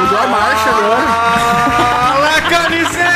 Mudou a marcha agora. Fala, carniceiros!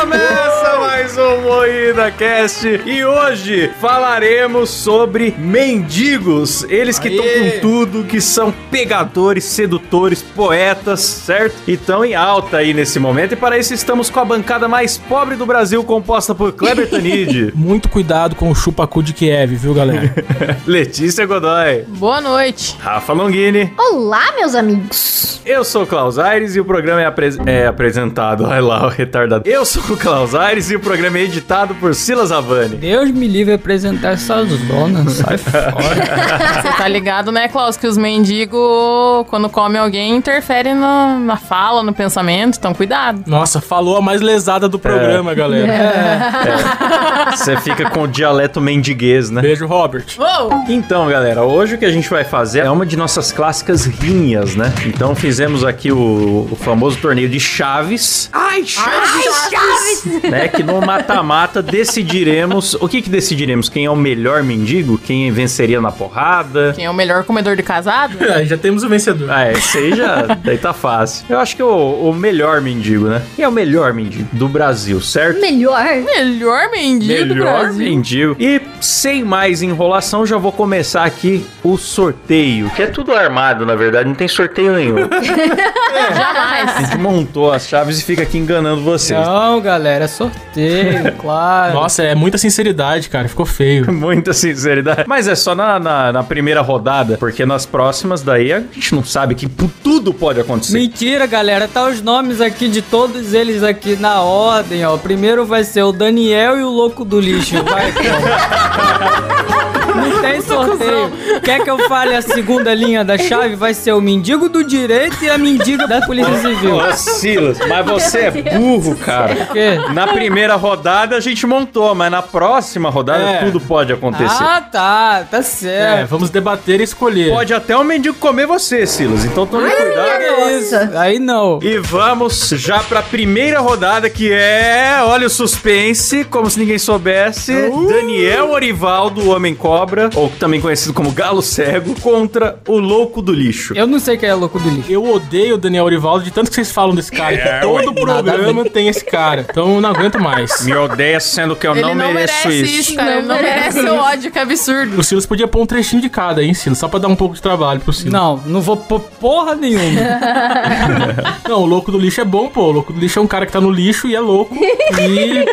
Começa mais um Moída Cast e hoje falaremos sobre mendigos, eles que estão Aê! com tudo, que são pegadores, sedutores, poetas, certo? E estão em alta aí nesse momento e para isso estamos com a bancada mais pobre do Brasil, composta por Kleber Tanid, Muito cuidado com o chupacu de Kiev, viu, galera? Letícia Godoy, Boa noite. Rafa Longini, Olá, meus amigos! Eu sou o Klaus Aires e o programa é, apres- é apresentado. Olha lá, o retardado. Eu sou o Klaus Aires e o programa é editado por Silas Avani. Deus me livre apresentar essas donas. Sai fora. Você tá ligado, né, Klaus, que os mendigos, quando comem alguém, interferem no- na fala, no pensamento, então cuidado. Nossa, falou a mais lesada É. do programa, galera. Você fica com o dialeto mendiguês, né? Beijo, Robert. Uou! Então, galera, hoje o que a gente vai fazer é uma de nossas clássicas rinhas, né? Então fizemos aqui o, o famoso torneio de chaves. Ai, chaves! Né? Que no mata-mata decidiremos... O que que decidiremos? Quem é o melhor mendigo? Quem venceria na porrada? Quem é o melhor comedor de casado? já temos o vencedor. Ah, é, esse aí já. Daí tá fácil. Eu acho que o, o melhor mendigo, né? Quem é o melhor mendigo do Brasil, certo? Melhor? Melhor mendigo do Melhor Brasil. mendigo. E sem mais enrolação, já vou começar aqui o sorteio. Que é tudo armado, na verdade, não tem sorteio nenhum. A Jamais. gente montou as chaves e fica aqui enganando vocês. Não, galera, é sorteio, claro. Nossa, é muita sinceridade, cara. Ficou feio. Muita sinceridade. Mas é só na, na, na primeira rodada, porque nas próximas daí a gente não sabe que pu- tudo pode acontecer. Mentira, galera. Tá os nomes aqui de todos eles aqui na ordem, ó. Primeiro vai ser o Daniel e o Louco do Lixo. Vai, pô. Não tem sorteio. Quer que eu fale a segunda linha da chave? Vai ser o mendigo do direito e a mendiga da Polícia Civil. Ô, Silas, mas você é burro, cara. O quê? Na primeira rodada a gente montou, mas na próxima rodada É. tudo pode acontecer. Ah, tá. Tá É, certo. vamos debater e escolher. Pode até o mendigo comer você, Silas. Então tome cuidado. Que isso? Aí não. E vamos já pra primeira rodada que é, olha o suspense, como se ninguém soubesse, Uh. Daniel Orivaldo, o Homem Cobra, ou também conhecido como Galo Cego, contra o Louco do Lixo. Eu não sei quem é Louco do Lixo. Eu odeio o Daniel Orivaldo de tanto que vocês falam desse cara. que todo programa tem esse cara. Então eu não aguento mais. Me odeia sendo que eu Ele não, merece isso, cara. Não ele não merece o ódio, que absurdo. O Silas podia pôr um trechinho de cada, hein, Silas? Só pra dar um pouco de trabalho pro Silas. Não, não vou pôr porra nenhuma. Não, o louco do lixo é bom, pô. O louco do lixo é um cara que tá no lixo e é louco. e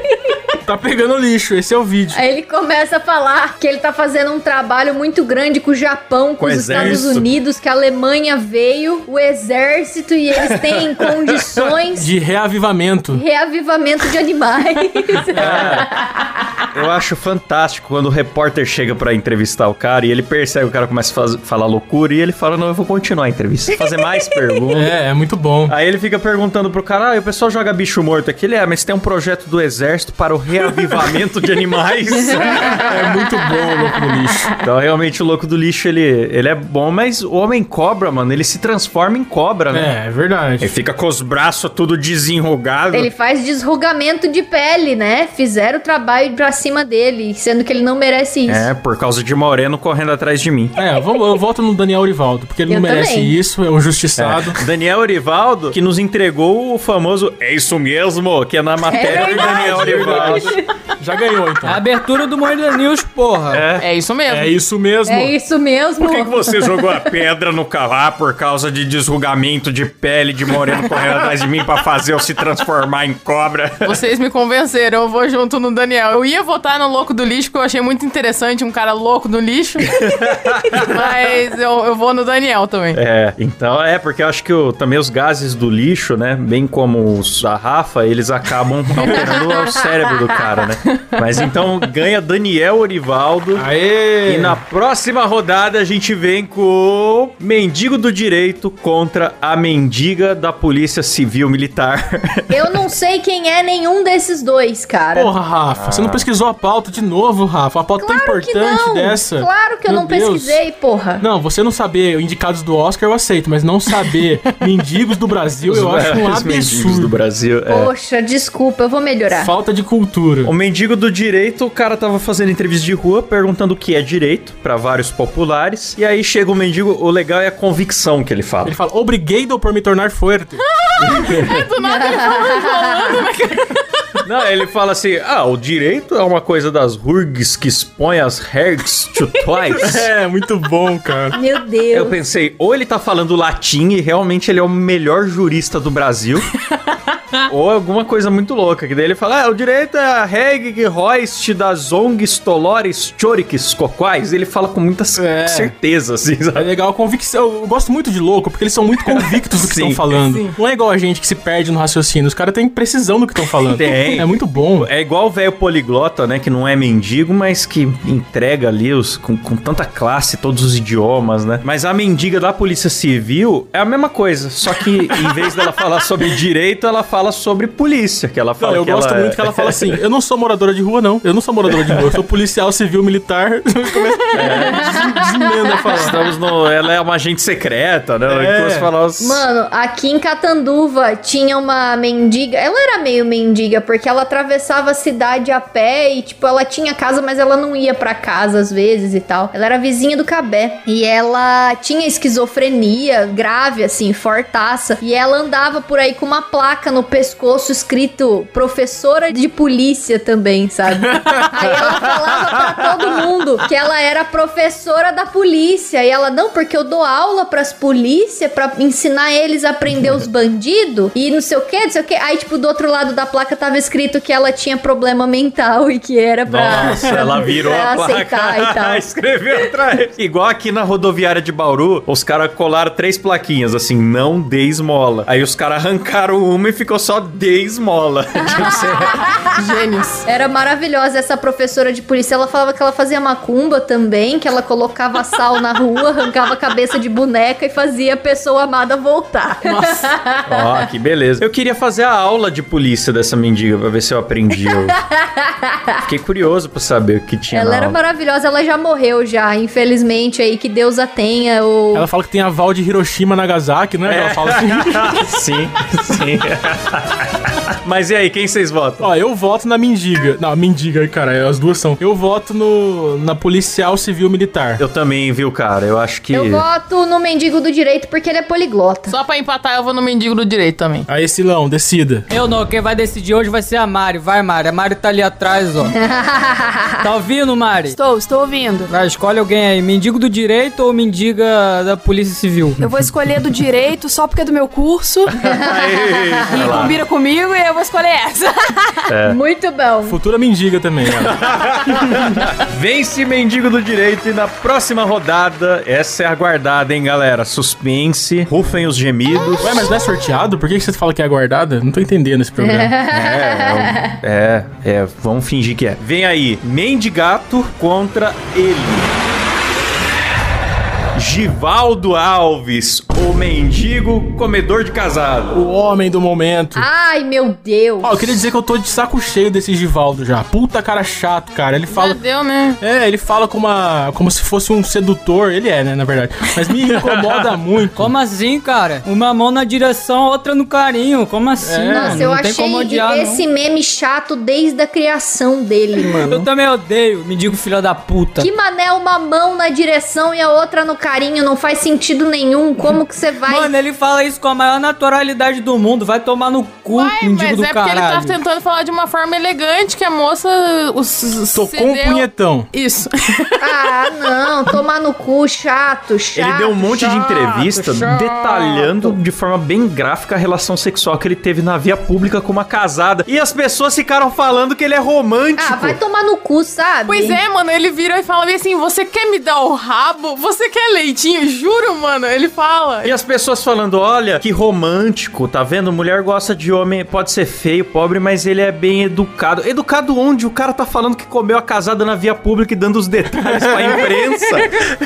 tá pegando lixo. Esse é o vídeo. Aí ele começa a falar que ele tá fazendo um trabalho muito grande com o Japão, com, Com os exército. Estados Unidos, que a Alemanha veio, o exército, e eles têm condições. De reavivamento. Reavivamento de animais. Eu acho fantástico quando o repórter chega pra entrevistar o cara e ele percebe que o cara começa a faz- falar loucura e ele fala: Não, eu vou continuar a entrevista, fazer mais perguntas. É, é muito bom. "Ah, Aí ele fica perguntando pro cara: Ah, e o pessoal joga bicho morto aqui? Ele é, mas tem um projeto do exército para o reavivamento de animais. É muito bom o louco do lixo. Então, realmente, o louco do lixo, ele, ele é bom, mas o Homem-Cobra, mano, ele se transforma em cobra, né? É, é verdade. Ele fica com os braços tudo desenrugado. Ele faz desrugamento de pele, né? Fizeram o trabalho pra cima dele, sendo que ele não merece isso. É, por causa de Moreno correndo atrás de mim. É, vamos, eu voto no Daniel Orivaldo, porque ele Eu não merece também. isso, é um justiçado. Daniel Orivaldo, que nos entregou o famoso É isso mesmo, que é na matéria do Daniel é Orivaldo. Já ganhou, A então. abertura do Morning News, porra. É. É isso mesmo. É isso mesmo. É isso mesmo. Por que, que você jogou a pedra no calar por causa de desrugamento de pele de moreno correndo atrás de mim pra fazer eu se transformar em cobra? Vocês me convenceram, eu vou junto no Daniel. Eu ia votar no Louco do Lixo, que eu achei muito interessante, um cara louco do lixo. Mas eu, eu vou no Daniel também. É, então é, porque eu acho que o- também os gases do lixo, né? Bem como os, a Rafa, eles acabam alterando o cérebro do cara, né? Mas então ganha Daniel Orivaldo. Aê! E na próxima rodada a gente vem com Mendigo do Direito contra a Mendiga da Polícia Civil Militar. Eu não sei quem é nenhum desses dois, cara. Porra, Rafa, você não pesquisou a pauta de novo, Rafa? A pauta tão claro que importante não. dessa. Claro que eu Meu não Deus. pesquisei, porra. Não, você não saber indicados do Oscar eu aceito, mas não saber mendigos do Brasil eu acho um Os mendigos do absurdo. Brasil. é. Poxa, desculpa, eu vou melhorar. Falta de cultura. O mendigo do direito, o cara tava fazendo entrevista de rua, perguntando o que é direito pra vários populares. E aí chega o mendigo, o legal é a convicção que ele fala. Ele fala, obrigado por me tornar forte. É Do nada ele falou, falando, né? Não, ele fala assim: ah, o direito é uma coisa das RURGs que expõe as hergs to twice. é, muito bom, cara. Meu Eu Deus. pensei, ou ele tá falando latim e realmente ele é o melhor jurista do Brasil, ou alguma coisa muito louca, que daí ele fala, ah, o direito é a reg roist das ongs tolores choriques coquais, ele fala com muita c- É. certeza, assim, É sabe? legal a convicção. Eu gosto muito de louco, porque eles são muito convictos do que Sim, estão falando. sim. Não é igual a gente que se perde no raciocínio. Os caras têm precisão do que estão falando. Tem. É muito bom. É igual o velho poliglota, né? Que não é mendigo, mas que entrega ali os, com, com tanta classe todos os idiomas, né? Mas a mendiga da Polícia Civil é a mesma coisa. Só que em vez dela falar sobre direito, ela fala sobre polícia. Que ela fala Não, eu que gosto ela é- muito que ela fala assim: eu não sou moradora de rua, não. Eu não sou moradora de rua, eu sou policial civil militar. Começa- Des- Desmenda a falar. Estamos no. Ela é uma agente secreta, né? É. Então você fala, "Nossa, Mano, aqui em Catanduva tinha uma mendiga. Ela era meio mendiga, porque ela atravessava a cidade a pé e, tipo, ela tinha casa, mas ela não ia pra casa às vezes e tal. Ela era vizinha do Cabé. E ela tinha esquizofrenia grave, assim, fortaça. E ela andava por aí com uma placa no pescoço escrito professora de polícia também, sabe? Aí ela falava pra todo mundo que ela era professora da polícia. E ela, não, porque eu dou aula pras polícia pra ensinar eles a prender os bandidos e não sei o que, não sei o que. Aí, tipo, do outro lado da placa tava escrito que ela tinha problema mental e que era pra. Nossa, ela virou pra a É aceitar e placa. tal. Escreveu atrás. Igual aqui na rodoviária de Bauru, os caras colaram três plaquinhas assim: não dê esmola. Aí os caras arrancaram uma e ficou só dê esmola. Tipo, você- Gênios. Era maravilhosa essa professora de polícia. Ela falava que ela fazia macumba também, que ela colocava sal na rua, arrancava a cabeça de boneca e fazia a pessoa amada voltar. Ó, que beleza. Eu queria fazer a aula de polícia dessa mendiga pra ver se eu aprendi. Eu Fiquei curioso pra saber o que tinha. Ela na era aula. maravilhosa, ela já morreu já, infelizmente aí, que Deus a tenha. O... Ela fala que tem a Val de Hiroshima Nagasaki, né? Ela fala assim. sim, sim. Mas e aí, quem vocês votam? Ó, eu voto na mendiga. Não, mendiga, cara, é, as duas são. Eu voto no, na policial civil militar. Eu também, viu, cara? Eu acho que. Eu voto no mendigo do direito porque ele é poliglota. Só pra empatar, eu vou no mendigo do direito também. Aí, Silão, decida. Eu não, quem vai decidir hoje vai ser a Mari. Vai, Mari. A Mari tá ali atrás, ó. tá ouvindo, Mari? Estou, estou ouvindo. Vai, escolhe alguém aí. Mendigo do direito ou mendiga da Polícia Civil? Eu vou escolher do direito só porque é do meu curso. e combina comigo e eu vou escolher essa. Muito bom. Futura mendiga também, ó. Vence Mendigo do Direito e na próxima rodada, essa é aguardada, hein, galera? Suspense, rufem os gemidos. Ué, mas não é sorteado? Por que que você fala que é guardada? Não tô entendendo esse programa. É, é, é, vamos fingir que é. Vem aí, Mendigato contra ele. Givaldo Alves, o o mendigo comedor de casado. O homem do momento. Ai, meu Deus. Ó, eu queria dizer que eu tô de saco cheio desse Givaldo já. Puta cara chato, cara. Ele Já fala. deu, né? É, ele fala com uma, como se fosse um sedutor. Ele é, né, na verdade. Mas me incomoda muito. Como assim, cara? Uma mão na direção, outra no carinho. Como assim? É, mano? Nossa, eu não achei tem como odiar, esse meme chato desde a criação dele, não. Eu mano. também odeio, me digo filha da puta. Que mané uma mão na direção e a outra no carinho, não faz sentido nenhum. Como que você vai. Mano, ele fala isso com a maior naturalidade do mundo. Vai tomar no cu, Uai, mendigo mas do é porque ele caralho. tava tentando falar de uma forma elegante que a moça os, Tocou um punhetão. Isso. Ah, não, tomar no cu, chato, chato. Ele deu um monte de entrevista chato. detalhando de forma bem gráfica a relação sexual que ele teve na via pública com uma casada. E as pessoas ficaram falando que ele é romântico. Ah, vai tomar no cu, sabe? Pois é, mano, ele vira e fala bem assim: você quer me dar o rabo? Você quer leitinho? Juro, mano, ele fala. E as pessoas falando, olha, que romântico, tá vendo? Mulher gosta de homem, pode ser feio, pobre, mas ele é bem educado. Educado onde? O cara tá falando que comeu a casada na via pública e dando os detalhes pra imprensa.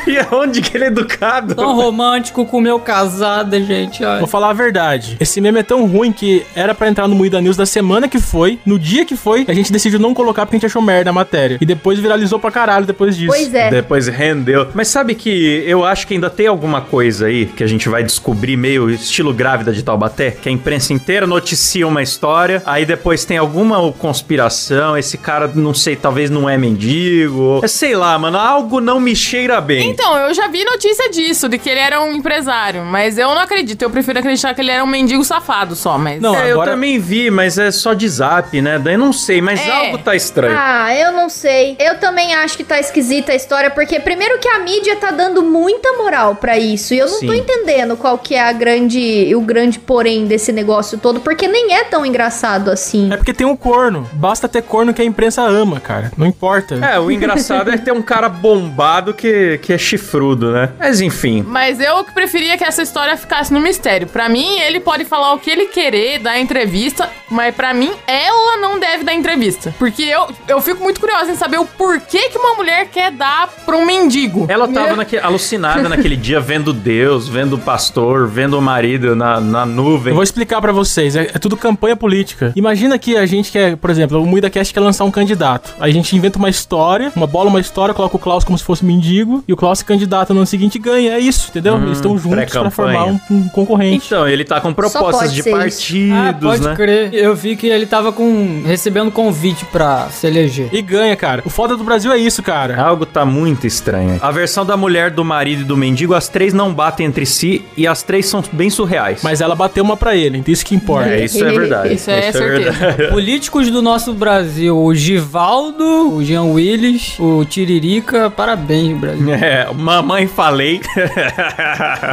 e aonde que ele é educado? Tão romântico com meu casada, gente. ai. Vou falar a verdade. Esse meme é tão ruim que era pra entrar no Moída News da semana que foi, no dia que foi, a gente decidiu não colocar porque a gente achou merda a matéria. E depois viralizou pra caralho depois disso. Pois é. Depois rendeu. Mas sabe que eu acho que ainda tem alguma coisa aí que a gente vai descobrir meio estilo grávida de Taubaté, que a imprensa inteira noticia uma história, aí depois tem alguma conspiração, esse cara, não sei, talvez não é mendigo. É, sei lá, mano, algo não me cheira bem. Então, eu já vi notícia disso, de que ele era um empresário, mas eu não acredito. Eu prefiro acreditar que ele era um mendigo safado só, mas. Não, É, agora- eu também vi, mas é só de zap, né? Daí não sei, mas É. algo tá estranho. Ah, eu não sei. Eu também acho que tá esquisita a história, porque primeiro que a mídia tá dando muita moral pra isso, e eu não tô Sim. entendendo qual que é a grande, o grande porém desse negócio todo, porque nem é tão engraçado assim. É porque tem um corno. Basta ter corno que a imprensa ama, cara. Não importa. É, o engraçado é ter um cara bombado que, que é chifrudo, né? Mas enfim. Mas eu que preferia que essa história ficasse no mistério. Pra mim, ele pode falar o que ele querer, dar entrevista, mas pra mim, ela não deve dar entrevista. Porque eu, eu fico muito curiosa em saber o porquê que uma mulher quer dar pra um mendigo. Ela tava naque- alucinada naquele dia, vendo Deus, vendo o pastor, vendo o marido na, na nuvem. Eu vou explicar pra vocês. É, é tudo campanha política. Imagina que a gente quer, por exemplo, o MuidaCast quer lançar um candidato. Aí a gente inventa uma história, uma bola, uma história, coloca o Klaus como se fosse mendigo e o Klaus se candidata no ano seguinte e ganha. É isso, entendeu? Eles estão juntos pra Uhum, pré-campanha. formar um, um concorrente. Então, ele tá com propostas pode de ser isso. Ah, partidos, pode né? crer. Eu vi que ele tava com recebendo convite pra se eleger. E ganha, cara. O foda do Brasil é isso, cara. Algo tá muito estranho. A versão da mulher, do marido e do mendigo, as três não batem entre si e as três são bem surreais. Mas ela bateu uma pra ele, então isso que importa. É, isso é verdade. Isso é certeza. Políticos do nosso Brasil, o Givaldo, o Jean Willis, o Tiririca, parabéns, Brasil. É, mamãe falei.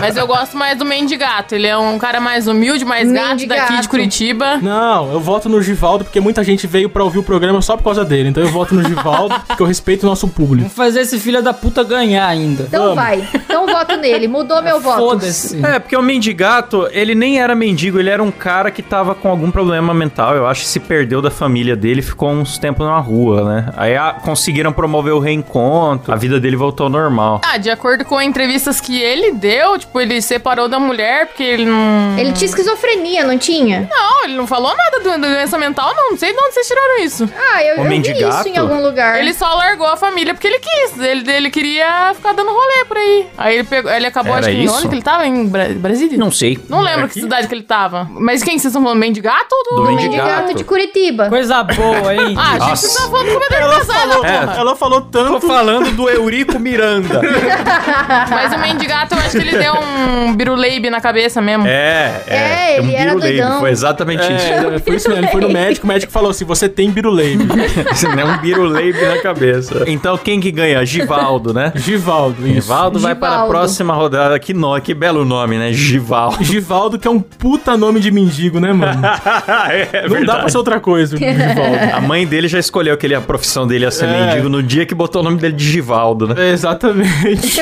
Mas eu gosto mais do Mendigato. Ele é um cara mais humilde, mais gato Mendigato. daqui de Curitiba. Não, eu voto no Givaldo porque muita gente veio pra ouvir o programa só por causa dele. Então eu voto no Givaldo porque eu respeito o nosso público. Vamos fazer esse filho da puta ganhar ainda. Então vai, então voto nele, mudou meu voto. Foda-se. É, porque o mendigato, ele nem era mendigo, ele era um cara que tava com algum problema mental. Eu acho que se perdeu da família dele, ficou uns tempos na rua, né? Aí ah, conseguiram promover o reencontro, a vida dele voltou ao normal. Ah, de acordo com entrevistas que ele deu, tipo, ele separou da mulher porque ele não. Ele tinha esquizofrenia, não tinha? Não, ele não falou nada do- da doença mental, não. Não sei de onde vocês tiraram isso. Ah, eu, eu Homem vi de isso gato? em algum É. lugar. Ele só largou a família porque ele quis. Ele, ele queria ficar dando rolê por aí. Aí ele, pegou, ele acabou, Era acho que em isso? onde que ele tava? Em Bra Brasília? Não sei. Não lembro que cidade que ele tava. Mas quem? que Vocês estão falando bem de gato ou do. Do Homem de gato de Curitiba. Coisa boa, hein? Ah, gente, Nossa. vocês estão falando como eu casada, porra. Ela falou É, Tô tanto. falando do Eurico Miranda. Mas o Mendigato, eu acho que ele deu um biruleibe na cabeça mesmo. É, é. É, ele era biruleibe, doidão. Foi exatamente isso. É, foi isso mesmo. Ele foi no médico, o médico falou assim: você tem biruleibe. Isso não é um biruleibe na cabeça. Então quem que ganha? Givaldo, né? Givaldo, isso. Givaldo vai para a Givaldo. próxima rodada. Que, nó, que belo nome, né? Givaldo. Givaldo, que é um puta nome de mendigo, né, mano? é, Não dá pra ser outra coisa, Givaldo. A mãe dele já escolheu que ele, a profissão dele ia ser É. mendigo no dia que botou o nome dele de Givaldo, né? É, exatamente.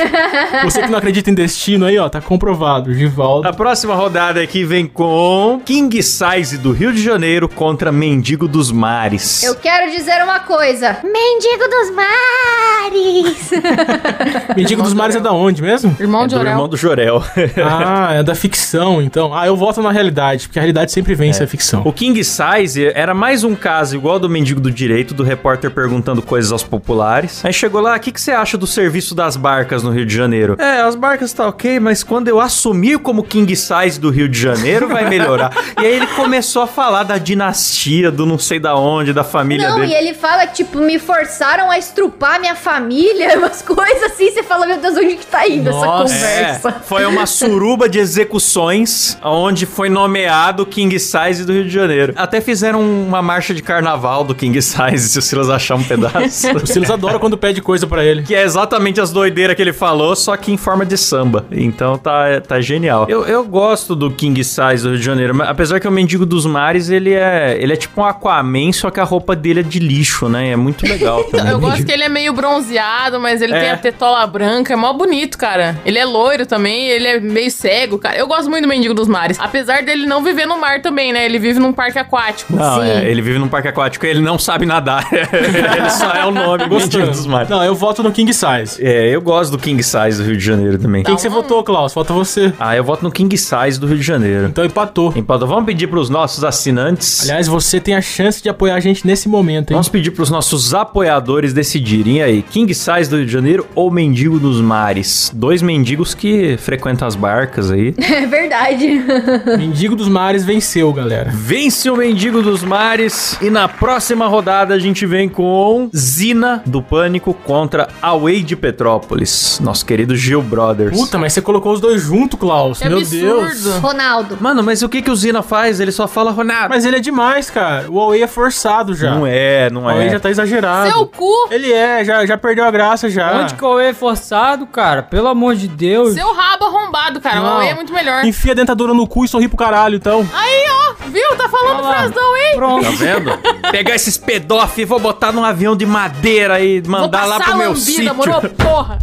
Você que não acredita em destino aí, ó, tá comprovado. Givaldo. A próxima rodada aqui vem com King Size do Rio de Janeiro contra Mendigo dos Mares. Eu quero dizer uma coisa. Mendigo dos mares. Mendigo dos mares é da onde mesmo? Irmão É de do Orel. irmão do Jorel. Ah, é da ficção, então. Ah, eu voto na realidade, porque a realidade sempre É. vence a ficção. O King Size era mais um caso igual do mendigo do direito, do repórter perguntando coisas aos populares. Aí chegou lá, o que, que você acha do serviço das barcas no Rio de Janeiro? É, as barcas tá ok, mas quando eu assumir como King Size do Rio de Janeiro, vai melhorar. e aí ele começou a falar da dinastia, do não sei da onde, da família Não, dele. e ele fala que, tipo, me forçaram a estrupar minha família, umas coisas assim. Você fala, meu Deus, onde que tá indo Nossa. essa É, conversa? foi uma suruba de execuções onde foi nomeado King Size do Rio de Janeiro. Até fizeram uma marcha de carnaval do King Size, se o Silas achar um pedaço. O Silas adora quando pede coisa pra ele. que é exatamente as doideiras que ele falou, só que em forma de samba. Então tá, tá genial. Eu, eu gosto do King Size do Rio de Janeiro, mas apesar que o Mendigo dos Mares, ele é, ele é tipo um Aquaman, só que a roupa dele é de lixo, né? É muito legal também. Eu gosto que ele é meio bronzeado, mas ele É. tem a tetola branca. É mó bonito, cara. Ele é loiro também, ele é meio cego, cara. Eu gosto muito do Mendigo dos Mares. Apesar dele não viver no mar também, né? Ele vive num parque aquático. Não, Sim. é, ele vive num parque aquático e ele não sabe nadar. ele só é o nome Mendigo dos Mares. Tá Não, eu voto no King Size. É, eu gosto do King Size do Rio de Janeiro também. Quem que você um- votou, Klaus? Falta você. Ah, eu voto no King Size do Rio de Janeiro. Então empatou. Empatou. Vamos pedir pros nossos assinantes. Aliás, você tem a chance de apoiar a gente nesse momento, hein? Vamos pedir pros nossos apoiadores decidirem E aí, King Size do Rio de Janeiro ou Mendigo dos Mares? Dois mendigos que frequentam as barcas aí. É verdade. Mendigo dos Mares venceu, galera. Vence o Mendigo dos Mares e na próxima rodada a gente vem com Zina do Pânico contra Away de Petrópolis, nosso querido Gil Brothers. Puta, mas você colocou os dois junto, Klaus. Que Meu absurdo. Deus. Ronaldo. Mano, mas o que que o Zina faz? Ele só fala Ronaldo. Mas ele é demais, cara. O Huawei é forçado já. Não é, não O Huawei é. já tá exagerado. Seu cu, Ele é, já, já perdeu a graça já. Onde que o E é forçado, cara? Pelo amor de Deus. seu rabo arrombado, cara. O Não. Huawei é muito melhor. Enfia a dentadura no cu e sorri pro caralho, então. Aí, ó, viu? Tá falando Olha lá. frase do Huawei. Pronto. Tá vendo? Pegar esses pedófilos e vou botar num avião de madeira e Vou mandar passar lá pro a meu lambida, sítio. moro? Porra.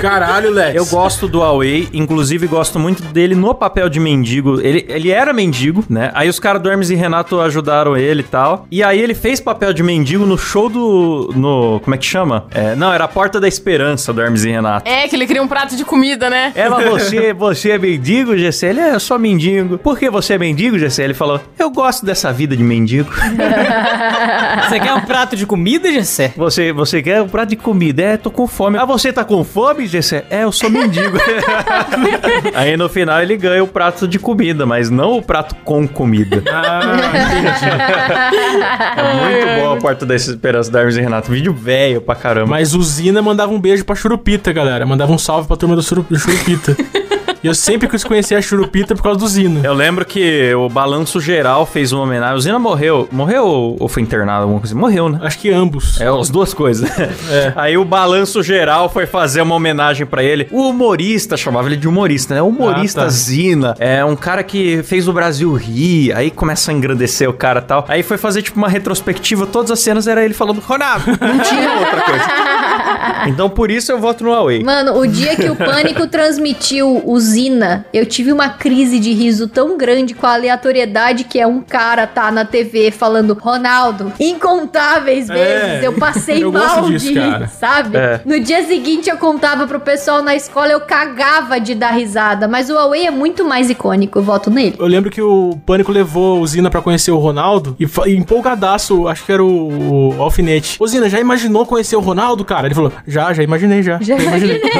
Caralho, Lex. Eu gosto do Huawei, inclusive gosto muito dele no papel de mendigo. Ele, ele era mendigo, né? Aí os caras do Hermes e Renato ajudaram ele e tal. E aí ele fez papel de mendigo no show do. no. como é que chama? É, não, era a Porta da Esperança do Hermes e Renato. É, que ele cria um prato de comida, né? Ela, É, você, você é mendigo, GC? Ele é só mendigo. Por que você é mendigo, GC? Ele falou, eu gosto dessa vida de mendigo. Você quer um prato de comida, Gessé? Você, você quer um prato de comida? É, tô com fome. Ah, você tá com fome, Gessé? É, eu sou mendigo. Aí no final ele ganha o prato de comida, mas não o prato com comida. É muito boa a porta da esperança da Hermes e Renato. Vídeo velho pra caramba. Mas o Zina mandava um beijo pra Churupita, galera. Mandava um salve pra turma do, Churu- do Churupita. e eu sempre quis conhecer a Churupita por causa do Zina. Eu lembro que o Balanço Geral fez uma homenagem. O Zina morreu. Morreu ou- ou foi internado? Alguma coisa? Morreu, né? Acho que ambos. É, as duas coisas. É. Aí o balanço geral foi fazer uma homenagem pra ele. O humorista, chamava ele de humorista, né? O humorista Ah, tá. Zina. É um cara que fez o Brasil rir, aí começa a engrandecer o cara e tal. Aí foi fazer, tipo, uma retrospectiva. Todas as cenas era ele falando, Ronaldo, não tinha outra coisa. então por isso eu voto no Huawei. Mano, o dia que o Pânico transmitiu Usina, eu tive uma crise de riso tão grande com a aleatoriedade que é um cara tá na TV falando Ronaldo incontáveis vezes. Eu passei É. eu gosto mal disso, de cara. rir, sabe? É. No dia seguinte eu contava pro pessoal na escola, eu cagava de dar risada. Mas o Huawei é muito mais icônico, eu voto nele. Eu lembro que o Pânico levou o Zina pra conhecer o Ronaldo e, fa- e empolgadaço, acho que era o, o Alfinete. Ô Zina, já imaginou conhecer o Ronaldo, cara? Ele falou, já, já imaginei, já. Já imaginei.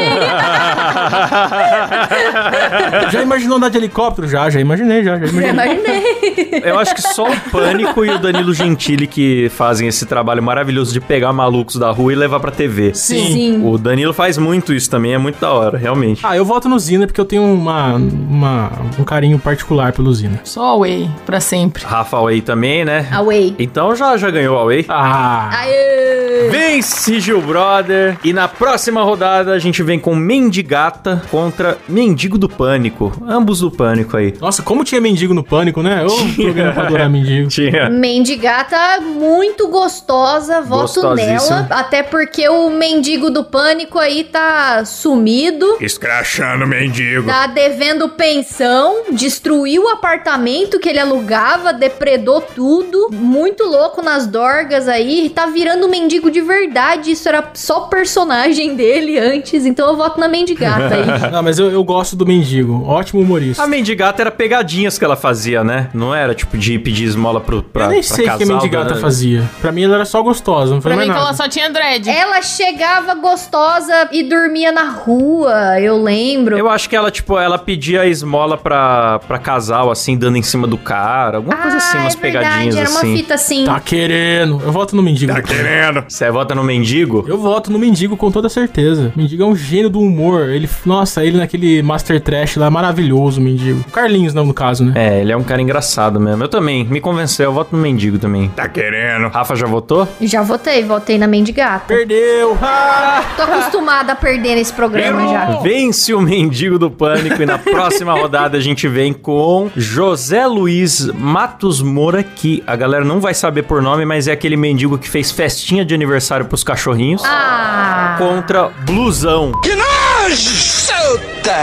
já imaginou andar de helicóptero? Já, já imaginei, já, já imaginei. Imaginei. Eu acho que só o Pânico e o Danilo Gentili que fazem esse trabalho maravilhoso de pegar malucos da rua e levar pra TV. Sim. Sim. O Danilo faz muito isso também, é muito da hora, realmente. Ah, eu voto no Zina porque eu tenho uma, uma- um carinho particular pelo Zina. Só Huawei, pra sempre. Rafa Huawei também, né? Huawei. Então já, já ganhou o Huawei. Ah, Aê! Vence Gil Brother! E na próxima rodada a gente vem com Mendigata contra Mendigo do Pânico. Ambos do Pânico aí. nossa, como tinha mendigo no pânico, né? Eu programa pra adorar mendigo. Tinha. Mendigata muito gostosa, voto Gostosíssima. nela. Até porque o mendigo do pânico aí tá sumido. Escrachando mendigo. Tá devendo pensão, destruiu o apartamento que ele alugava, depredou tudo, muito louco nas dorgas aí, tá virando um mendigo mendigo de verdade, isso era só personagem dele antes, então eu voto na mendigata aí. Não, mas eu, eu gosto do mendigo. Ótimo humorista. A mendigata era pegadinhas que ela fazia, né? Não era tipo de pedir esmola pro, pra, eu nem pra sei o que a casal, mendigata né? fazia. Pra mim ela era só gostosa, não foi Pra mim mais que ela nada. só tinha dread. Ela chegava gostosa e dormia na rua, eu lembro. Eu acho que ela, tipo, ela pedia esmola pra, pra casal, assim, dando em cima do cara. Alguma coisa assim, umas pegadinhas Ah, é era uma assim. fita assim. Tá querendo. Eu voto no mendigo. Tá querendo. Você vota no mendigo? Eu voto no Mendigo com toda certeza. Mendigo é um gênio do humor. Ele, nossa, ele naquele Master Trash lá, maravilhoso, o Mendigo. O Carlinhos, não, no caso, né? É, ele é um cara engraçado mesmo. Eu também. Me convenceu, eu voto no mendigo também. Tá querendo. Rafa já votou? Já votei, votei na É. mendigata. Perdeu! Ah, Tô acostumada a perder nesse programa já. Vence o mendigo do pânico e na próxima rodada a gente vem com José Luiz Matos Moura, que a galera não vai saber por nome, mas é aquele mendigo que fez festinha de aniversário pros cachorrinhos. Ah, Contra Blusão. Que nojo!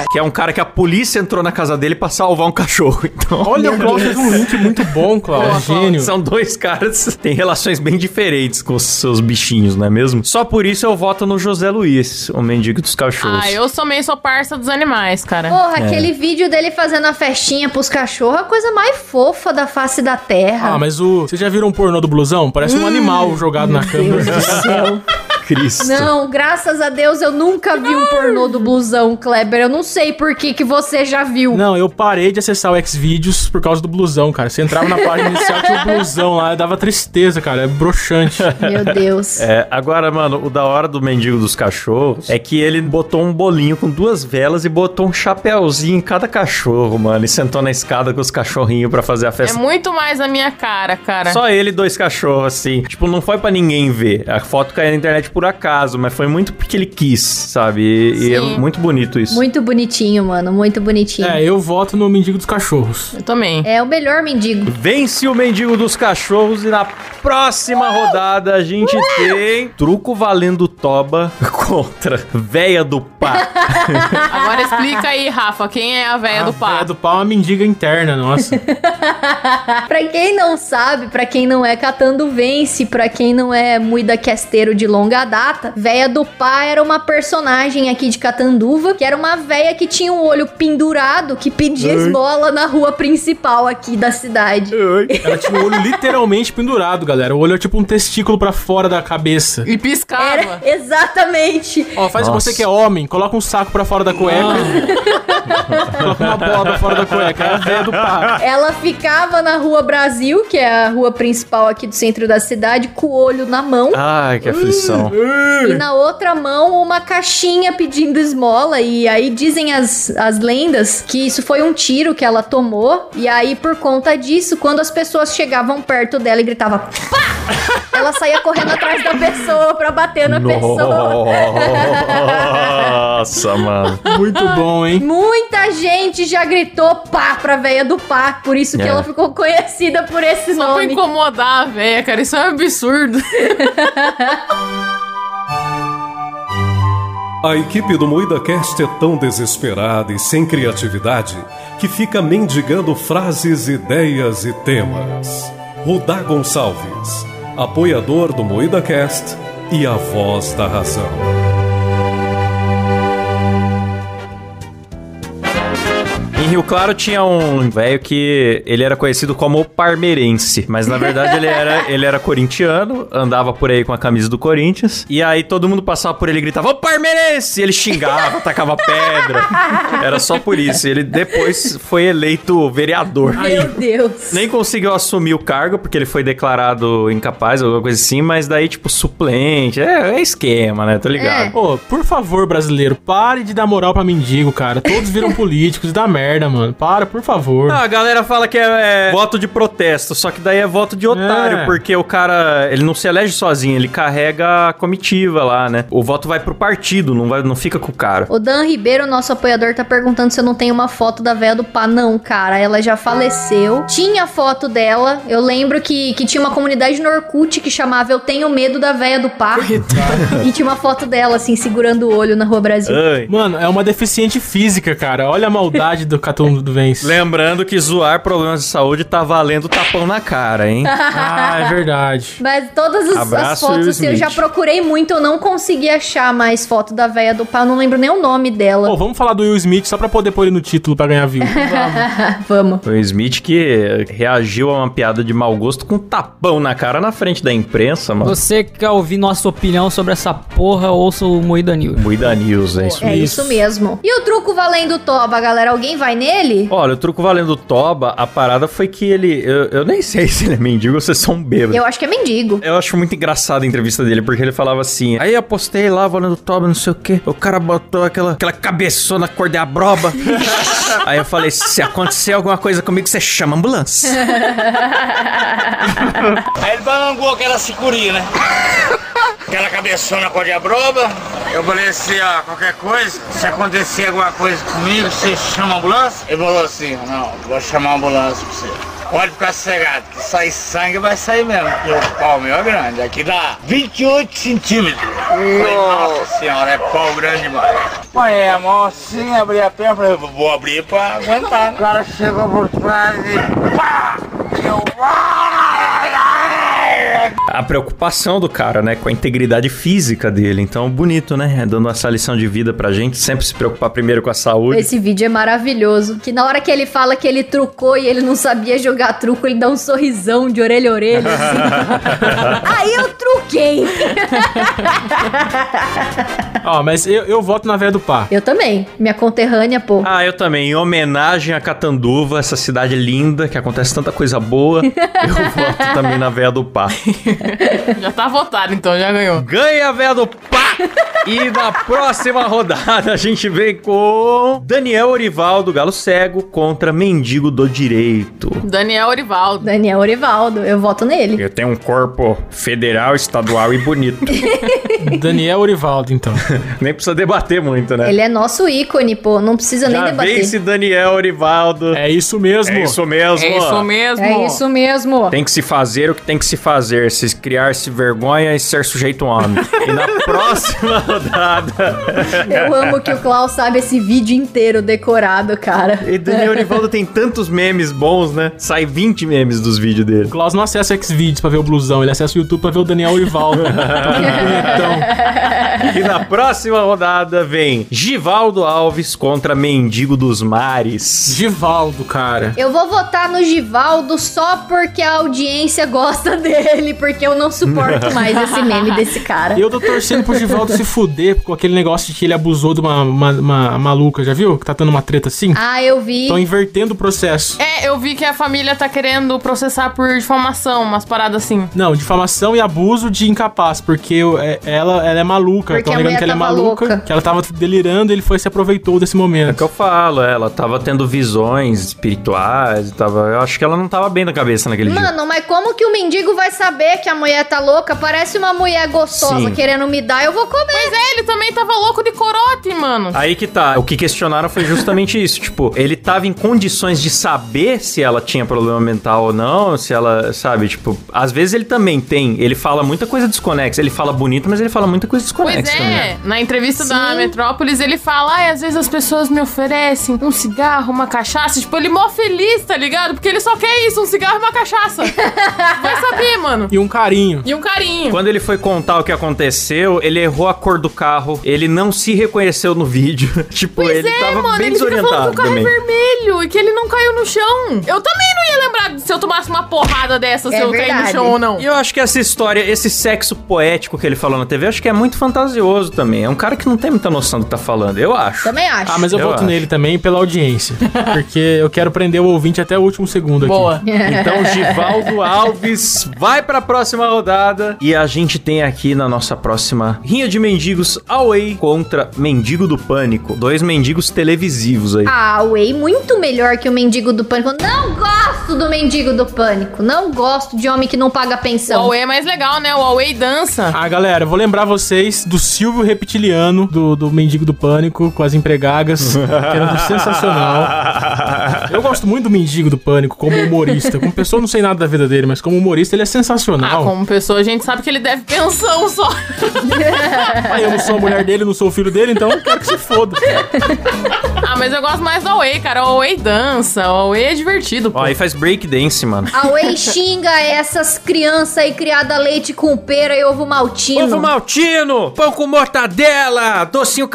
Que é um cara que a polícia entrou na casa dele pra salvar um cachorro. Então, Olha, o Klaus fez um link muito bom, Klaus. gênio. São dois caras que têm relações bem diferentes com os seus bichinhos, não é mesmo? Só por isso eu voto no José Luiz, o mendigo dos cachorros. Ah, eu sou meio sou parça dos animais, cara. É. porra, aquele vídeo dele fazendo a festinha pros cachorros, a coisa mais fofa da face da terra. Ah, mas o. Vocês já viram um pornô do blusão? Parece Hum, um animal jogado na Meu Deus câmera. do céu. Cristo. Não, graças a Deus eu nunca vi um pornô do blusão, Kleber. Eu não sei por que, que você já viu. Não, eu parei de acessar o Xvideos por causa do blusão, cara. Você entrava na página inicial tinha o blusão lá, dava tristeza, cara. É broxante. Meu Deus. É, agora, mano, o da hora do mendigo dos cachorros é que ele botou um bolinho com duas velas e botou um chapéuzinho em cada cachorro, mano, e sentou na escada com os cachorrinhos pra fazer a É festa. muito né? mais a minha cara, cara. Só ele e dois cachorros, assim. Tipo, não foi pra ninguém ver. A foto caiu na internet por acaso, mas foi muito porque ele quis, sabe? E, e é Sim. muito bonito isso. Muito bonitinho, mano. Muito bonitinho. É, eu voto no mendigo dos cachorros. Eu também. É o melhor mendigo. Vence o mendigo dos cachorros e na próxima rodada a gente tem truco valendo toba contra véia do pá. Agora explica aí, Rafa, quem é a véia do A véia pato? do pau é uma mendiga interna, nossa. Pra quem não sabe, pra quem não é catando vence, pra quem não é muida casteiro de longa data, véia do pá era uma personagem aqui de Catanduva, que era uma véia que tinha um olho pendurado que pedia esmola na rua principal aqui da cidade. Ela tinha o olho literalmente pendurado, galera. O olho é tipo um testículo pra fora da cabeça. E piscava. Era exatamente. Ó, faz Nossa. você que é homem, coloca um saco pra fora da cueca. coloca uma bola pra fora da cueca. É a véia do pá. Ela ficava na Rua Brasil, que é a rua principal aqui do centro da cidade, com o olho na mão. Ai, que aflição. E na outra mão, uma caixinha pedindo esmola. E aí dizem as, as lendas que isso foi um tiro que ela tomou. E aí, por conta disso, quando as pessoas chegavam perto dela e gritava pá! ela saía correndo atrás da pessoa pra bater na pessoa. Nossa, mano. Muito bom, hein? Muita gente já gritou pá pra véia do pá. Por isso que É. ela ficou conhecida por esse Só pra nome. incomodar a véia, cara. Isso é um absurdo. A equipe do MoídaCast é tão desesperada e sem criatividade que fica mendigando frases, ideias e temas. Rudá Gonçalves, apoiador do MoídaCast e a voz da razão. Em Rio Claro tinha um velho que ele era conhecido como o Parmeirense, mas na verdade ele era, ele era corintiano, andava por aí com a camisa do Corinthians, e aí todo mundo passava por ele e gritava, ô Parmeirense! E ele xingava, tacava pedra. Era só por isso. Ele depois foi eleito vereador. Meu Deus. Nem conseguiu assumir o cargo, porque ele foi declarado incapaz, alguma coisa assim, mas daí, tipo, suplente. É, é esquema, né? Tô É. ligado. Pô, por favor, brasileiro, pare de dar moral pra mendigo, cara. Todos viram políticos e dá merda, mano. Para, por favor. Não, a galera fala que é, é voto de protesto, só que daí é voto de otário, É. porque o cara, ele não se elege sozinho, ele carrega a comitiva lá, né? O voto vai pro partido, não, vai, não fica com o cara. O Dan Ribeiro, nosso apoiador, tá perguntando se eu não tenho uma foto da véia do pá. Não, cara, ela já faleceu. Tinha foto dela. Eu lembro que, que tinha uma comunidade no Orkut que chamava Eu Tenho Medo da Véia do Pá. e tinha uma foto dela, assim, segurando o olho na Rua Brasil. Ai. Mano, é uma deficiente física, cara. Olha a maldade do, do Catum Vence. Lembrando que zoar problemas de saúde tá valendo tapão na cara, hein? Ah, é verdade. Mas todas as, as Abraço, Will fotos que eu Smith. já procurei muito, eu não consegui achar mais foto da véia do pau, não lembro nem o nome dela. Pô, vamos falar do Will Smith só pra poder pôr ele no título pra ganhar view. Ah, Vamos. O Smith que reagiu a uma piada de mau gosto com um tapão na cara na frente da imprensa, mano. Você que quer ouvir nossa opinião sobre essa porra, ouça o Moída News. Moída News, é isso É isso mesmo. E o truco valendo toba, galera? Alguém vai nele? Olha, o truco valendo toba, a parada foi que ele. Eu, eu nem sei se ele é mendigo ou se é só um bêbado. Eu acho que é mendigo. Eu acho muito engraçada a entrevista dele, porque ele falava assim: aí apostei lá, valendo toba, não sei o quê. O cara botou aquela, aquela cabeçona cor de abroba. aí eu falei: se acontecer alguma coisa comigo, você chama a ambulância. Aí ele balangou aquela sicurinha, né? Aquela cabeçona com a diabroba. Eu falei assim, ó, qualquer coisa, se acontecer alguma coisa comigo, você chama a ambulância? Ele falou assim, não, vou chamar a ambulância pra você. Pode ficar sossegado, que sair sangue vai sair mesmo. porque o pau meu é grande, aqui dá 28 centímetros. Eu Falei, nossa senhora, é pau grande demais. Mas é, a mocinha abri a perna, falei, vou abrir pra aguentar. né? O cara chegou por trás e pá! um Eu... a preocupação do cara, né, com a integridade física dele. Então, bonito, né? Dando essa lição de vida pra gente, sempre se preocupar primeiro com a saúde. Esse vídeo é maravilhoso. Que na hora que ele fala que ele trucou e ele não sabia jogar truco, ele dá um sorrisão de orelha a orelha. assim. Aí eu truquei. Ó, mas eu, eu voto na véia do pá. Eu também. Minha conterrânea, pô. Ah, eu também. Em homenagem a Catanduva, essa cidade linda que acontece tanta coisa boa, eu voto também na Véia do Pá. Já tá votado, então, já ganhou. Ganha a Véia do Pá! E na próxima rodada a gente vem com Daniel Orival do Galo Cego contra Mendigo do Direito. Daniel Orivaldo. Daniel Orivaldo, eu voto nele. Eu tenho um corpo federal, estadual e bonito. Daniel Orivaldo, então. Nem precisa debater muito, né? Ele é nosso ícone, pô. Não precisa Já nem debater. vence Daniel Orivaldo. É isso mesmo. É isso mesmo. É isso mesmo. É isso mesmo. Tem que se fazer o que tem que se fazer, se criar-se vergonha e ser sujeito homem. e na próxima rodada. Eu amo que o Klaus sabe esse vídeo inteiro decorado, cara. E Daniel Rivaldo tem tantos memes bons, né? Sai 20 memes dos vídeos O dele. Klaus não acessa Xvideos pra ver o blusão, ele acessa o YouTube pra ver o Daniel Orivaldo. Então, E na próxima rodada vem Givaldo Alves contra Mendigo dos Mares. Givaldo, cara. Eu vou votar no Givaldo só porque a audiência gosta dele, porque eu não suporto mais esse meme desse cara. Eu tô torcendo pro Givaldo se fuder com aquele negócio de que ele abusou de uma, uma- uma maluca, já viu? Que tá tendo uma treta assim. Ah, eu vi. Estão invertendo o processo. É, eu vi que a família tá querendo processar por difamação, umas paradas assim. Não, difamação e abuso de incapaz, porque eu- é- ela, ela é maluca. Porque Estão a ligando mulher que ela é tava maluca, louca. que ela tava delirando e ele foi e se aproveitou desse É o que momento. eu falo, ela tava tendo visões espirituais, tava, eu acho que ela não tava bem da cabeça naquele dia. Mano, mas como que o mendigo vai saber que a mulher tá louca? Parece uma mulher gostosa Sim. querendo me dar, eu vou comer. Mas é, ele também tava louco de corote, mano. Aí que tá. O que questionaram foi justamente isso. Tipo, ele tava em condições de saber se ela tinha problema mental ou não, se ela, sabe, tipo, às vezes ele também tem. Ele fala muita coisa desconexa. Ele fala bonito, mas ele fala muita coisa desconexa Pois também. é, na entrevista da Sim. Metrópolis ele fala, ai, às vezes as pessoas me oferecem um cigarro, uma cachaça, tipo, ele mó feliz, tá ligado? Porque ele só quer isso, um cigarro e uma cachaça. Vai saber, mano. E um carinho. E um carinho. Quando ele foi contar o que aconteceu, ele errou a cor do carro, ele não se reconheceu no vídeo. tipo, Pois ele é, tava mano, bem ele fica falando desorientado que o carro também. é vermelho e que ele não caiu no chão. Eu também não ia lembrar se eu tomasse uma porrada dessa, se É eu caí no verdade. chão ou não. E eu acho que essa história, esse sexo poético que ele falou na TV, eu acho que é muito fantasioso também. É um cara que não tem muita noção do que tá falando, eu acho. Também acho. Ah, mas eu, Eu voto acho. nele também pela audiência. Porque eu quero prender o ouvinte até o último segundo aqui. Boa. Então, Givaldo Alves vai pra próxima rodada. E a gente tem aqui na nossa próxima Rinha de Mendigos Away contra Mendigo do Pânico. Dois mendigos televisivos aí. Ah, Way, muito melhor que o mendigo do pânico. Não gosto do mendigo do pânico. Não gosto de homem que não paga O pensão. Huawei é mais legal, né? O Huawei dança. Ah, galera, eu vou lembrar vocês do Silvio Reptiliano, do, do Mendigo do Pânico, com as empregagas, que era sensacional. Eu gosto muito do Mendigo do Pânico como humorista. Como pessoa, eu não sei nada da vida dele, mas como humorista, ele é Ah, sensacional. como pessoa, a gente sabe que ele deve pensão só. Ah, eu não sou a mulher dele, não sou o filho dele, então eu quero que se foda. A mas eu gosto mais do Away, cara. O Away dança, o Away é divertido, pô. Ó, aí faz break dance, mano. A Wei xinga essas crianças aí criada a leite com pera e ovo maltino. Ovo maltino, pão com mortadela, docinho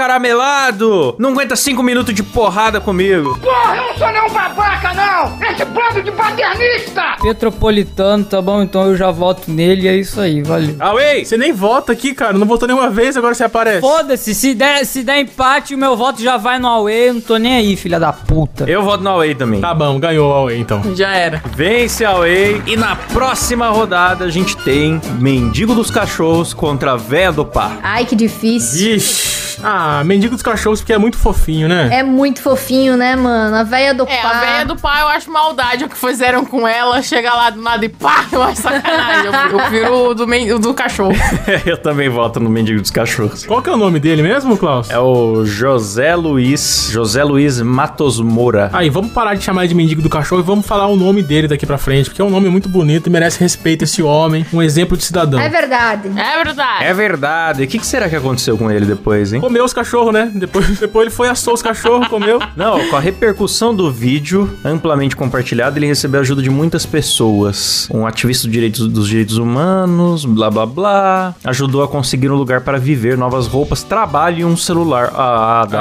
caramelado. Não aguenta cinco minutos de porrada comigo. Porra, eu não sou não babaca, não! Esse bando de paternista! Petropolitano, tá bom? Então eu já voto nele, é isso aí, valeu. Away! Você nem vota aqui, cara. Não votou nenhuma vez, agora você aparece. Foda-se, se der, se der empate, o meu voto já vai no Away, eu não tô nem aí, filha da puta. Eu voto no Away também. Tá bom, ganhou o Huawei então. Já era. Vence a Way e na próxima rodada a gente tem Mendigo dos Cachorros contra Véia do Par. Ai, que difícil. Ixi. Ah, mendigo dos cachorros porque é muito fofinho, né? É muito fofinho, né, mano? A véia do É, pá. a velha do pai, eu acho maldade o que fizeram com ela. Chega lá do nada e pá, eu acho sacanagem. Eu, eu prefiro o do, men- o do cachorro. Eu também voto no Mendigo dos Cachorros. Qual que é o nome dele mesmo, Klaus? É o José Luiz, José Luiz Matos Moura. Aí, vamos parar de chamar ele de mendigo do cachorro e vamos falar o nome dele daqui pra frente, porque é um nome muito bonito e merece respeito esse homem, um exemplo de cidadão. É verdade. É verdade. É verdade. O que, que será que aconteceu com ele depois, hein? Comeu os cachorros, né? Depois, depois ele foi assou os cachorros, comeu. Não, com a repercussão do vídeo amplamente compartilhado, ele recebeu a ajuda de muitas pessoas. Um ativista dos direitos, dos direitos humanos, blá blá blá. Ajudou a conseguir um lugar para viver, novas roupas, trabalho e um celular. Ah, da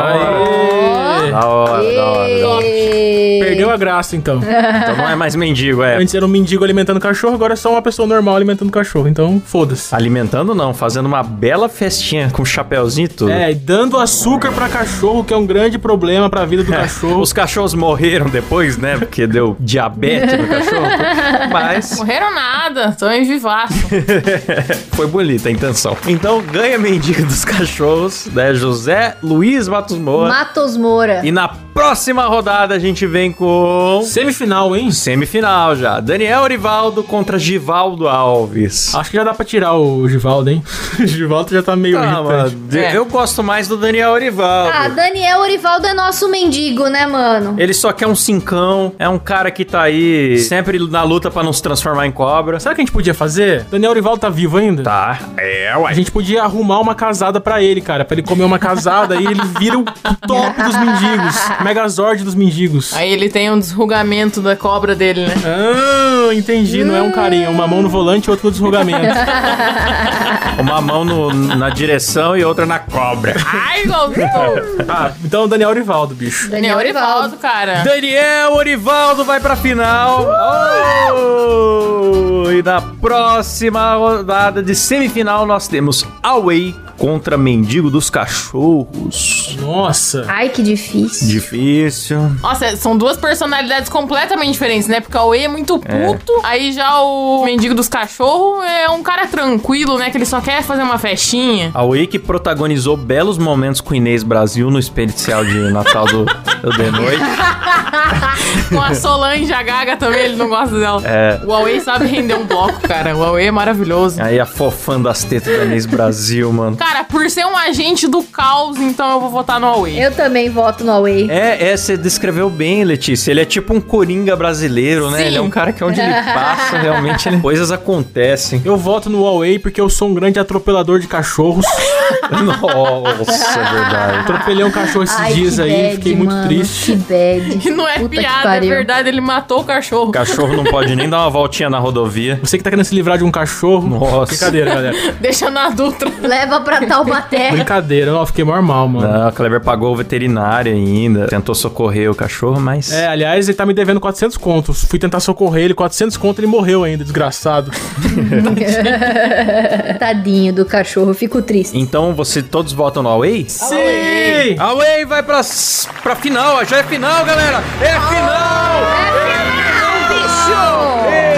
hora. Da hora, É da hora, da hora. E- Perdeu a graça, então. Então não é mais mendigo, é. Antes era um mendigo alimentando cachorro, agora é só uma pessoa normal alimentando cachorro. Então, foda-se. Alimentando não, fazendo uma bela festinha com chapéuzinho e tudo. É, e dando açúcar pra cachorro, que é um grande problema pra vida do cachorro. Os cachorros morreram depois, né? Porque deu diabetes no cachorro. Mas Morreram nada, tão em vivaço. Foi bonita a intenção. Então ganha mendigo dos cachorros, né? José Luiz Matos Moura. Matos Moura. E na próxima rodada a gente vem com. Semifinal, hein? Semifinal já. Daniel Orivaldo contra Givaldo Alves. Acho que já dá pra tirar o Givaldo, hein? o Givaldo já tá meio Ah, irritante. mano, Eu gosto mais do Daniel Orivaldo. Ah, Daniel Orivaldo é nosso mendigo, né, mano? Ele só quer um cincão, é um cara que tá aí sempre na luta pra não se transformar em cobra. Sabe o que a gente podia fazer? Daniel Rival tá vivo ainda? Tá. É, A ué. gente podia arrumar uma casada pra ele, cara. Pra ele comer uma casada e ele vira o top dos mendigos. Megazord dos mendigos. Aí ele tem um desrugamento da cobra dele, né? Ah, entendi. Não é um carinha. Uma mão no volante e outra no desrugamento. Uma mão no- na direção e outra na cobra. Ai, gostou. Ah, então Daniel Orivaldo, bicho. Daniel Orivaldo, cara. Daniel Orivaldo vai pra final. Oh! E na próxima rodada de semifinal nós temos Away contra Mendigo dos Cachorros. Nossa. Ai, que difícil. Difícil. Nossa, são duas personalidades completamente diferentes, né? Porque o Wei é muito puto, aí já o mendigo dos cachorros é um cara tranquilo, né? Que ele só quer fazer uma festinha. Away que protagonizou belos momentos com Inês Brasil no especial de Natal do, do The Noite. Com a Solange, a Gaga também, ele não gosta dela. É. O Huawei sabe render um bloco, cara. O Huawei é maravilhoso. Aí afofando as tetas da Inês Brasil, mano. Cara, por ser um agente do caos, então eu vou votar no Huawei. Eu também voto no Away. É, é, você descreveu bem, Letícia. Ele é tipo um coringa brasileiro, né? Sim. Ele é um cara que onde ele passa, realmente ele- coisas acontecem. Eu voto no Huawei porque eu sou um grande atropelador de cachorros. Nossa, é verdade. Atropelei um cachorro esses Ai, dias que aí, bad, fiquei muito mano, triste. Que bad. E não é Puta que piada, é pariu. verdade, ele matou o cachorro. O cachorro não pode nem dar uma voltinha na rodovia. Você que tá querendo se livrar de um cachorro. Nossa. Brincadeira, galera. Deixando a Dutra. Leva pra Taubaté. Brincadeira, ó, fiquei maior mal, mano. Não, Ah, o Kleber pagou o veterinário ainda, tentou socorrer o cachorro, mas. É, aliás, ele tá me devendo 400 contos. Fui tentar socorrer ele, 400 conto, ele morreu ainda, desgraçado. Tadinho do cachorro, fico triste. Então você todos votam no Away? Tá Sim! Away vai pra, pra final, já é final, galera! É final!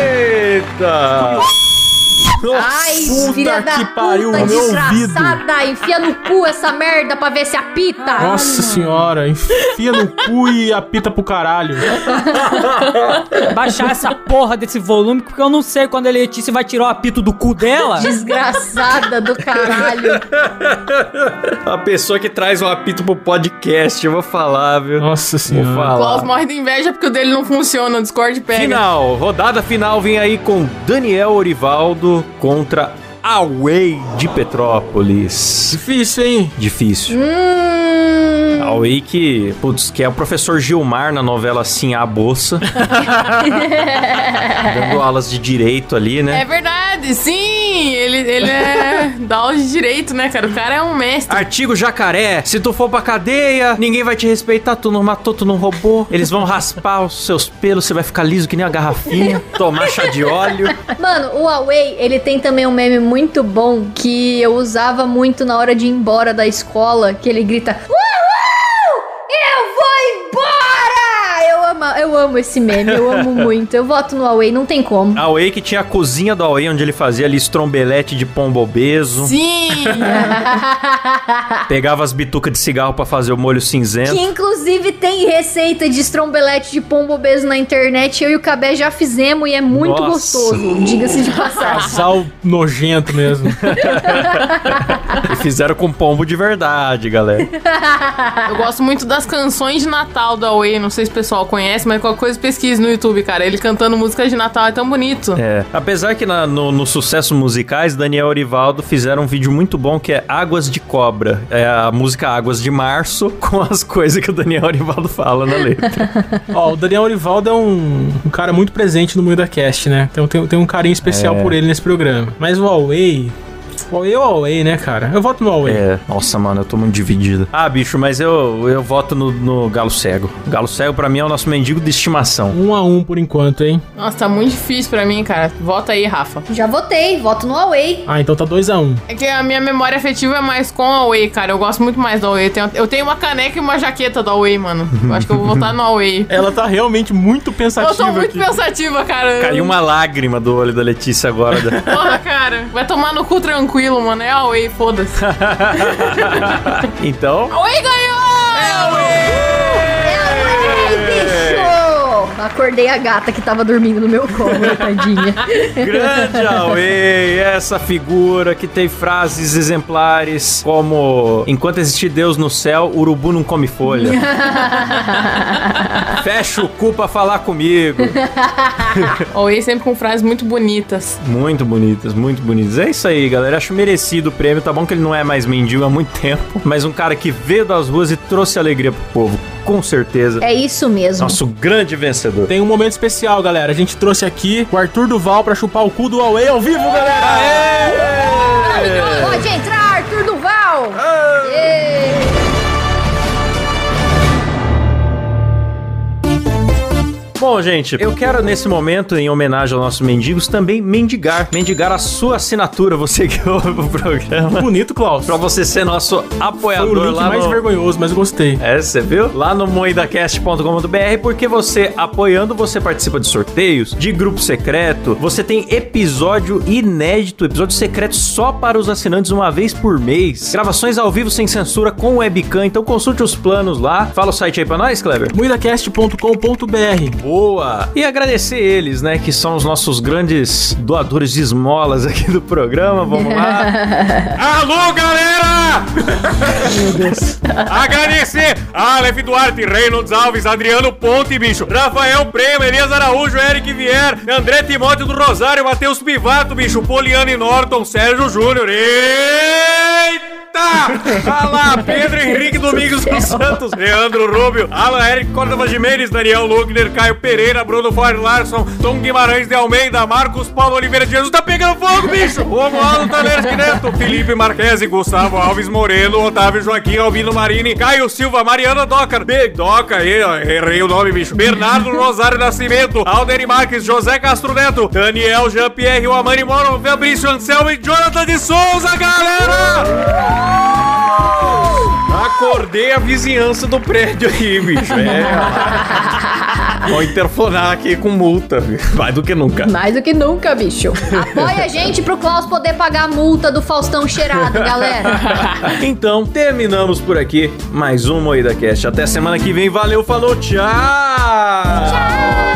Eita! Ai, Puta filha da que pariu, puta, meu ouvido. desgraçada, enfia no cu essa merda pra ver se apita. Nossa senhora, enfia no cu e apita pro caralho. Baixar essa porra desse volume, porque eu não sei quando a Letícia vai tirar o apito do cu dela. Desgraçada do caralho. A pessoa que traz o apito pro podcast, eu vou falar, viu? Nossa vou senhora. Klaus falar. morre de inveja porque o dele não funciona, o Discord pega. Final, rodada final vem aí com Daniel Orivaldo contra Away de Petrópolis. Difícil, hein? Difícil. Hum. Away que, putz, que é o professor Gilmar na novela Assim a Bolsa, dando aulas de direito ali, É né? verdade, sim! Ele, ele é dá aula de direito, né, cara? O cara é um mestre. Artigo jacaré, se tu for pra cadeia, ninguém vai te respeitar, tu não matou, tu não roubou, eles vão raspar os seus pelos, você vai ficar liso que nem uma garrafinha, tomar chá de óleo. Mano, o Huawei, ele tem também um meme muito bom que eu usava muito na hora de ir embora da escola, que ele grita: Uhul! Eu vou embora! Eu amo, eu amo esse meme, eu amo muito. Eu voto no Huawei, não tem como. Away que tinha a cozinha do Away, onde ele fazia ali estrombelete de pombo obeso, Sim! pegava as bitucas de cigarro pra fazer o molho cinzento. Que inclusive tem receita de estrombelete de pombo obeso na internet. Eu e o Cabé já fizemos e é muito Nossa. gostoso, diga-se de passagem. Casal nojento mesmo. E fizeram com pombo de verdade, galera. Eu gosto muito das canções de Natal da Away. Não sei se o pessoal conhece, mas qualquer coisa pesquise no YouTube, cara. Ele cantando música de Natal é tão bonito. É. Apesar que na- no, no sucesso musicais, Daniel Orivaldo fizeram um vídeo muito bom que é Águas de Cobra. É a música Águas de Março com as coisas que o Daniel Orivaldo fala na letra. Ó, o Daniel Orivaldo é um, um cara muito presente no mundo da cast, né? Então tem, tem um carinho especial por ele nesse programa. Mas o Huawei. O Huawei é o Huawei, né, cara? Eu voto no Huawei. É, nossa, mano, eu tô muito dividido. Ah, bicho, mas eu, eu voto no, no Galo Cego. O Galo Cego, pra mim, é o nosso mendigo de estimação. Um a um por enquanto, hein? Nossa, tá muito difícil pra mim, cara. Volta aí, Rafa. Já votei, voto no Huawei. Ah, então tá dois a um. É que a minha memória afetiva é mais com a Away, cara. Eu gosto muito mais da Away. Eu tenho, eu tenho uma caneca e uma jaqueta da Away, mano. Eu acho que eu vou voltar no Away. Ela tá realmente muito pensativa Eu tô muito aqui. pensativa, cara. É Caiu uma lágrima do olho da Letícia agora. da- Porra, cara. Vai tomar no cu tranquilo, mano. É a Away, foda-se. Então, Away ganhou! É a Ei, bicho! Acordei a gata que tava dormindo no meu colo, tadinha. Grande Aue, essa figura que tem frases exemplares como Enquanto existir Deus no céu, urubu não come folha. Fecha o cu pra falar comigo. Away sempre com frases muito bonitas. Muito bonitas, muito bonitas. É isso aí, galera. Acho merecido o prêmio. Tá bom que ele não é mais mendigo há muito tempo, mas um cara que veio das ruas e trouxe alegria pro povo, com certeza. É isso mesmo. Nosso grande vencedor. Tem um momento especial, galera. A gente trouxe aqui o Arthur Duval pra chupar o cu do Huawei ao vivo, galera! Pode entrar, Arthur Duval! Ei. Bom, gente, eu quero nesse momento, em homenagem aos nossos mendigos, também mendigar. Mendigar a sua assinatura, você que ouve o programa. Bonito, Klaus. Pra você ser nosso Foi apoiador o link lá mais no... vergonhoso, mas eu gostei. É, você viu? Lá no moedacast.com.br, porque você apoiando, você participa de sorteios, de grupo secreto, você tem episódio inédito, episódio secreto só para os assinantes uma vez por mês, gravações ao vivo sem censura com webcam, então consulte os planos lá. Fala o site aí pra nós, Kleber. Muidacast.com.br Boa! E agradecer eles, né, que são os nossos grandes doadores de esmolas aqui do programa. Vamos lá. Alô, galera! Meu Deus. Agradecer Aleph Duarte, Reynolds Alves, Adriano Ponte, bicho, Rafael Prema, Elias Araújo, Eric Vier, André Timóteo do Rosário, Matheus Pivato, bicho, Poliane Norton, Sérgio Júnior. Eita! Alá, Pedro Henrique Domingos dos Santos, Leandro Rubio, Alan Eric Córdova Jimenez, Daniel Lugner, Caio Pereira, Bruno Ford Larson, Tom Guimarães de Almeida, Marcos Paulo Oliveira de Jesus, tá pegando fogo, bicho! Romualdo Taleres Neto, Felipe Marquese, Gustavo Alves Moreno, Otávio Joaquim, Albino Marini, Caio Silva, Mariana Doca, B. Doca, e- errei o nome, bicho, Bernardo Rosário Nascimento, Alderi Marques, José Castro Neto, Daniel Jean-Pierre, Amani Moro, Fabrício Anselmo e Jonathan de Souza, galera! Uh! Acordei a vizinhança do prédio aí, bicho. É. Vou interfonar aqui com multa. Mais do que nunca. Mais do que nunca, bicho. Apoia a gente pro Klaus poder pagar a multa do Faustão cheirado, galera. Então, terminamos por aqui mais um Moída Cast. Até semana que vem. Valeu, falou, tchau! Tchau!